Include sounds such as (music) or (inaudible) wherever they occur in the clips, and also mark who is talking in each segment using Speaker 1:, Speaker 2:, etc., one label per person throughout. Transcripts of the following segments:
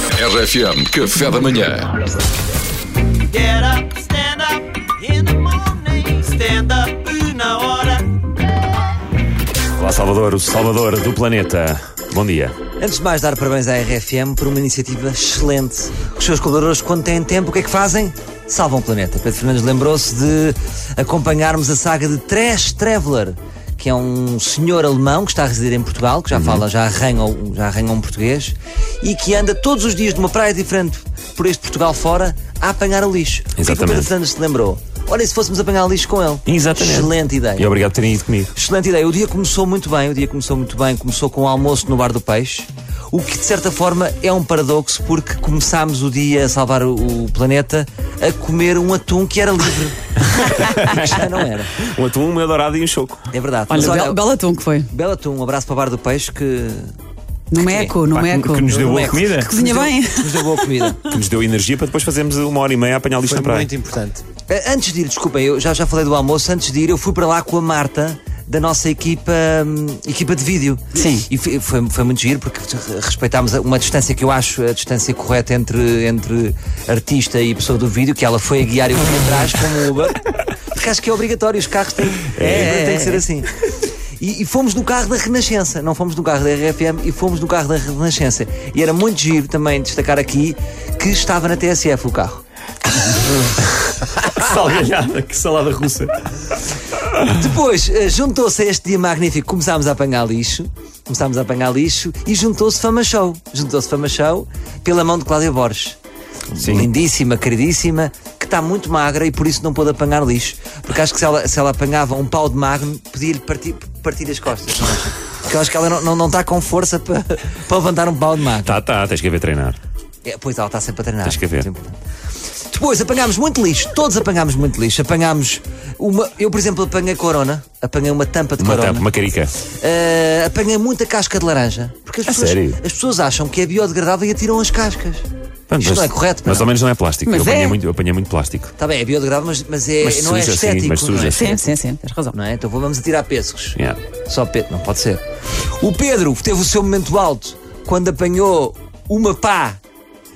Speaker 1: RFM, café da manhã.
Speaker 2: Get up, stand up in the morning. Stand up na hora.
Speaker 3: Olá Salvador, o Salvador do planeta. Bom dia.
Speaker 4: Antes de mais, dar parabéns à RFM por uma iniciativa excelente. Os seus colaboradores, quando têm tempo, o que é que fazem? Salvam o planeta. Pedro Fernandes lembrou-se de acompanharmos a saga de Trash Traveler, que é um senhor alemão que está a residir em Portugal,
Speaker 3: Uhum.
Speaker 4: que já fala, já arranha, o- já arranha um português, e que anda todos os dias numa praia diferente por este Portugal fora a apanhar o lixo. O que é que o
Speaker 3: Exatamente.
Speaker 4: Pedro Fernandes se lembrou? Olha, e se fôssemos apanhar lixo com ele.
Speaker 3: Exatamente.
Speaker 4: Excelente ideia.
Speaker 3: E obrigado por terem ido comigo.
Speaker 4: Excelente ideia. O dia começou muito bem, o dia começou muito bem, começou com o almoço no Bar do Peixe, o que de certa forma é um paradoxo porque começámos o dia a salvar o, o planeta a comer um atum que era livre. E Já não era.
Speaker 3: Um atum, uma dourada e um choco.
Speaker 4: É verdade.
Speaker 5: Olha,
Speaker 4: Mas
Speaker 5: bel, belo atum que foi. é
Speaker 4: belo atum, um abraço para o Bar do Peixe que
Speaker 5: No Meco, no
Speaker 3: Pá, que,
Speaker 5: Meco.
Speaker 3: que nos deu
Speaker 4: No
Speaker 3: boa
Speaker 4: Meco. (laughs)
Speaker 3: comida,
Speaker 4: Que
Speaker 5: Cozinha
Speaker 4: nos deu-
Speaker 5: bem.
Speaker 4: nos deu boa comida.
Speaker 3: que nos deu energia para depois fazermos uma hora e meia a apanhar lixo na praia.
Speaker 6: importante.
Speaker 4: Eh, Antes de ir, desculpem, eu já, já falei do almoço, antes de ir, eu fui para lá com a Marta da nossa equipa, hum, equipa de vídeo.
Speaker 5: Sim.
Speaker 4: E foi, foi, foi muito giro porque respeitámos a- uma distância que eu acho a distância correta entre, entre artista e pessoa do vídeo, que ela foi a guiar e eu fui atrás como um Uber. Porque acho que é obrigatório, os carros têm, têm que ser assim. E, e fomos no carro da Renascença, não fomos no carro da RFM e fomos no carro da Renascença. E era muito giro também destacar aqui que estava na TSF o carro.
Speaker 3: Que salgalhada, que salada russa.
Speaker 4: Depois eh, juntou-se a este dia magnífico, começámos a apanhar lixo, começámos a apanhar lixo e juntou-se Fama Show. Juntou-se Fama Show pela mão de Cláudia Borges. Lindíssima, queridíssima, que está muito magra e por isso não pôde apanhar lixo. Porque acho que se ela, se ela apanhava um pau de magno, podia-lhe partir, partir as costas, não acha? Porque eu acho que ela não, não, não está com força para, (laughs) para levantar um pau de magno.
Speaker 3: Tá, tá, tens que haver treinar.
Speaker 4: É, pois ela está sempre a treinar.
Speaker 3: Tens que ver.
Speaker 4: Sempre. Depois apanhámos muito lixo, todos apanhámos muito lixo. Apanhámos uma. Eu, por exemplo, apanhei corona, apanhei uma tampa de
Speaker 3: Uma
Speaker 4: corona.
Speaker 3: tampa, uma carica.
Speaker 4: Ah, apanhei muita casca de laranja. Porque as,
Speaker 3: A
Speaker 4: pessoas,
Speaker 3: sério?
Speaker 4: as pessoas acham que é biodegradável e atiram as cascas.
Speaker 3: Pronto,
Speaker 4: Isto não é correto,
Speaker 3: Mas
Speaker 4: não.
Speaker 3: ao menos não é plástico.
Speaker 5: Mas
Speaker 3: eu, apanhei
Speaker 5: é.
Speaker 3: muito, eu apanhei muito plástico.
Speaker 4: Está bem, é biodegradável, mas, mas é,
Speaker 3: Mas
Speaker 4: não é
Speaker 3: suja, sim,
Speaker 4: estético.
Speaker 3: mas suja,
Speaker 4: não é?
Speaker 3: sim.
Speaker 5: (laughs) Sim, sim, sim, tens razão.
Speaker 4: Não é? Então vamos atirar pescos.
Speaker 3: Yeah.
Speaker 4: Só Pedro, não pode ser. O Pedro teve o seu momento alto quando apanhou uma pá.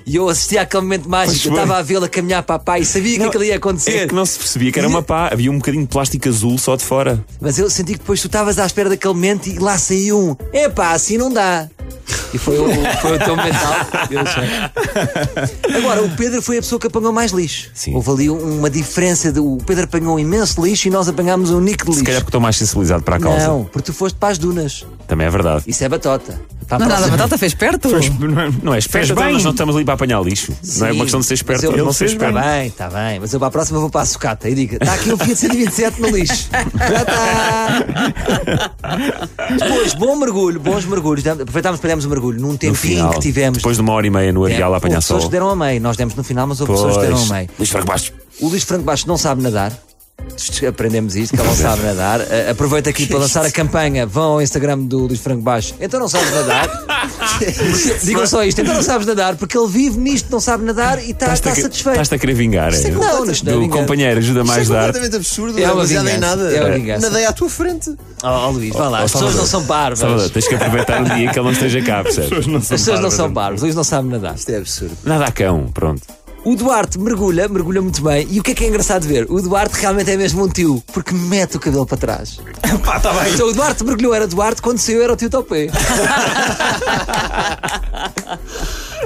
Speaker 4: E eu assisti àquele momento mágico, eu
Speaker 3: bem.
Speaker 4: estava a vê-la caminhar para a pá e sabia que aquilo ia acontecer.
Speaker 3: É que não se percebia que era uma pá. Havia um bocadinho de plástico azul só de fora.
Speaker 4: Mas eu senti que depois tu estavas à espera daquele momento e lá saiu um. Epá, assim não dá. E foi o, foi o teu mental.
Speaker 3: (laughs)
Speaker 4: Eu sei. Agora, o Pedro foi a pessoa que apanhou mais lixo.
Speaker 3: Sim.
Speaker 4: Houve ali um, uma diferença. De, o Pedro apanhou um imenso lixo e nós apanhámos um nico de lixo.
Speaker 3: Se calhar porque estou mais sensibilizado para a causa.
Speaker 4: Não, porque tu foste para as dunas.
Speaker 3: Também é verdade.
Speaker 4: Isso é batota. Para a
Speaker 5: Não, nada, a
Speaker 4: próxima.
Speaker 5: batata fez perto. (laughs)
Speaker 3: Não é, não é esperto, então nós não estamos ali para apanhar lixo. não é
Speaker 4: Sim,
Speaker 3: uma questão de ser esperto.
Speaker 4: mas eu-
Speaker 3: ou não ser
Speaker 4: Está
Speaker 3: esperto.
Speaker 4: bem, está bem. Mas eu para a próxima vou para a sucata e digo: está aqui um Fiat 127 no lixo. Já está. Depois, bom mergulho, bons mergulhos. Damos- Aproveitámos para darmos o mergulho num
Speaker 3: No
Speaker 4: tempinho
Speaker 3: final,
Speaker 4: que tivemos.
Speaker 3: Depois de uma hora e meia no areal a
Speaker 4: houve
Speaker 3: apanhar
Speaker 4: pessoas
Speaker 3: sol.
Speaker 4: que deram a meio. Nós demos no final, mas houve pessoas que deram a
Speaker 3: Pois,
Speaker 4: meio.
Speaker 3: Luís Franco Bastos.
Speaker 4: O Luís Franco Baixo não sabe nadar. Aprendemos
Speaker 3: (laughs)
Speaker 4: isso, que ele não sabe nadar. A- Aproveito aqui
Speaker 3: é
Speaker 4: para lançar a campanha. Vão ao Instagram do Luís Franco Baixo. Então não sabes
Speaker 3: (laughs)
Speaker 4: nadar. Digam só isto. Então não sabes nadar, porque ele vive nisto, não sabe nadar e
Speaker 3: Estás-te
Speaker 4: está
Speaker 3: a
Speaker 4: está
Speaker 3: que-
Speaker 4: Tá, satisfeito.
Speaker 3: Estás-te a querer vingar,
Speaker 4: Isto
Speaker 3: é?
Speaker 4: é completamente- Não, não
Speaker 3: Do
Speaker 4: vingar.
Speaker 3: companheiro, ajuda mais
Speaker 6: Isto é
Speaker 3: dar.
Speaker 6: completamente absurdo,
Speaker 4: É
Speaker 6: é
Speaker 4: uma
Speaker 6: baseado em
Speaker 4: vingança,
Speaker 6: nada.
Speaker 4: é uma vingança.
Speaker 6: Nadei à tua frente.
Speaker 4: Oh, oh, Luís, vá lá.
Speaker 3: oh,
Speaker 4: As pessoas
Speaker 3: Salvador.
Speaker 4: não são barbas.
Speaker 3: Salvador,
Speaker 4: As
Speaker 3: tens que aproveitar um dia que ele não esteja cá, percebes?
Speaker 4: pessoas
Speaker 3: um
Speaker 4: não são barbas. Luís não sabe nadar.
Speaker 6: Isto é absurdo.
Speaker 3: Nada a cão, pronto.
Speaker 4: O Duarte mergulha, mergulha muito bem. E o que é que é engraçado de ver? O Duarte realmente é mesmo um tio, porque mete o cabelo para trás. Então o Duarte mergulhou, era Duarte, quando saiu era o tio Topé.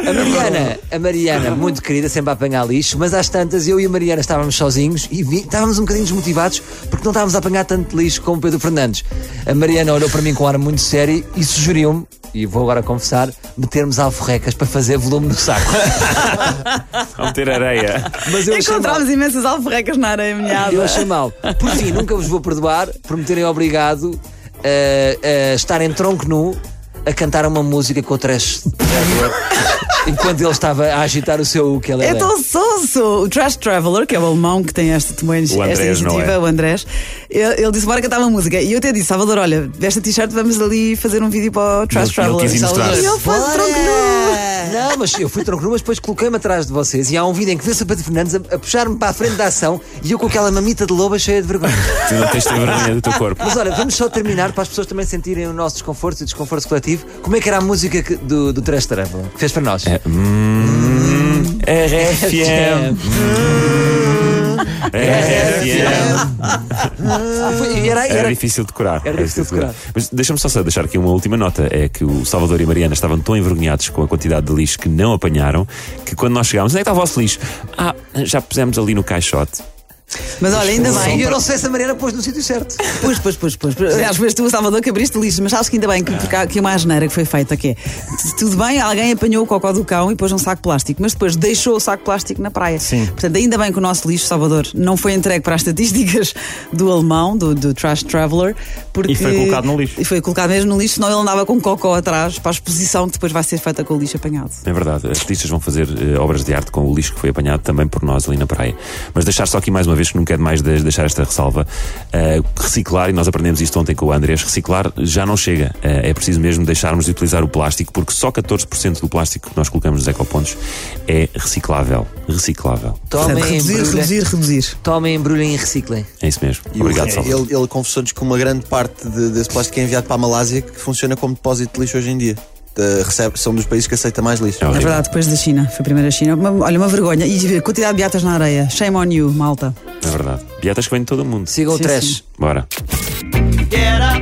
Speaker 4: A Mariana, a Mariana, muito querida, sempre a apanhar lixo, mas às tantas eu e a Mariana estávamos sozinhos e vi- estávamos um bocadinho desmotivados porque não estávamos a apanhar tanto lixo como o Pedro Fernandes. A Mariana olhou para mim com um ar muito sério e sugeriu-me, e vou agora confessar, metermos alforrecas para fazer volume no saco.
Speaker 3: Vamos ter areia.
Speaker 4: Mas eu achei mal.
Speaker 5: Encontramos imensas alforrecas na areia
Speaker 4: Eu
Speaker 5: molhada.
Speaker 4: achei mal. Por fim, nunca vos vou perdoar por me terem obrigado a, a estar em tronco nu a cantar uma música com o trash
Speaker 5: (laughs)
Speaker 4: enquanto ele estava a agitar o seu ukulele.
Speaker 5: É tão sonso! O Trash Traveler, que é o alemão que tem esta, também,
Speaker 3: O
Speaker 5: esta
Speaker 3: Andrés, não
Speaker 5: iniciativa,
Speaker 3: é?
Speaker 5: o Andrés, Ele, ele disse: bora cantar uma música. E eu até disse: Salvador, olha, veste a t-shirt, vamos ali fazer um vídeo para o
Speaker 3: Ele-
Speaker 5: Trash
Speaker 3: ele
Speaker 5: Traveler.
Speaker 3: quis ir mostrar-se.
Speaker 5: E ele foi de
Speaker 4: Bora!
Speaker 5: tronco nu.
Speaker 4: Não, mas eu fui de tronco nu, mas depois coloquei-me atrás de vocês e há um vídeo em que vê o Pedro Fernandes a, a puxar-me para a frente da ação e eu com aquela mamita de loba cheia de vergonha.
Speaker 3: Tu não tens de ter vergonha do teu corpo.
Speaker 4: Mas olha, vamos só terminar para as pessoas também sentirem o nosso desconforto e o desconforto coletivo. Como é que era a música que- do, do Trash Travel? Fez para nós?
Speaker 3: Hum, RFM. Hum, RFM.
Speaker 4: Ah, Foi- e era,
Speaker 3: Era
Speaker 4: era-
Speaker 3: difícil decorar.
Speaker 4: Era difícil decorar.
Speaker 3: Mas deixa-me só deixar aqui uma última nota: é que o Salvador e a Mariana estavam tão envergonhados com a quantidade de lixo que não apanharam que quando nós chegámos, onde é que está o vosso lixo? Ah, já pusemos ali no caixote.
Speaker 5: Mas olha, ainda
Speaker 4: Sim,
Speaker 5: bem.
Speaker 4: eu não sei se a Mariana pôs no sítio certo.
Speaker 5: Pois, pois, pois, pois. pois. Aliás, foste tu, Salvador, que abriste lixo, mas sabes que ainda bem que, porque há aqui uma asneira que foi feita, que é tudo bem, alguém apanhou o cocó do cão e pôs num saco plástico, mas depois deixou o saco plástico na praia.
Speaker 3: Sim.
Speaker 5: Portanto, ainda bem que o nosso lixo, Salvador, não foi entregue para as estatísticas do alemão, do, do Trash Traveler, porque.
Speaker 1: E foi colocado no lixo.
Speaker 5: E foi colocado mesmo no lixo, senão ele andava com cocó atrás para a exposição que depois vai ser feita com o lixo apanhado.
Speaker 3: É verdade, artistas vão fazer eh, obras de arte com o lixo que foi apanhado também por nós ali na praia. Mas deixar só aqui mais uma vez, que não quero mais de- deixar esta ressalva: eh, reciclar, e nós aprendemos isto ontem com o Andrés, reciclar já não chega. Eh, é preciso mesmo deixarmos de utilizar o plástico, porque só 14% do plástico que nós colocamos nos ecopontos é reciclável. Reciclável.
Speaker 4: Tomem,
Speaker 5: Portanto, reduzir,
Speaker 4: embrulhem,
Speaker 5: reduzir, reduzir.
Speaker 4: tomem, embrulhem e reciclem.
Speaker 3: É isso mesmo.
Speaker 6: E o-
Speaker 3: Obrigado, Salvador.
Speaker 6: Ele, ele confessou-nos que uma grande parte de- desse plástico é enviado para a Malásia, que funciona como depósito de lixo hoje em dia. Eh, recebe, são dos países que aceita mais lixo.
Speaker 3: É
Speaker 5: É
Speaker 3: horrível.
Speaker 5: verdade, depois da China. Foi a primeira China. Uma- olha, uma vergonha. E quantidade de beatas na areia. Shame on you, malta.
Speaker 3: É verdade. Beatas que vem de todo o mundo.
Speaker 4: Sigam o
Speaker 5: Sim,
Speaker 4: trash.
Speaker 5: sim.
Speaker 3: Bora.
Speaker 2: Get up.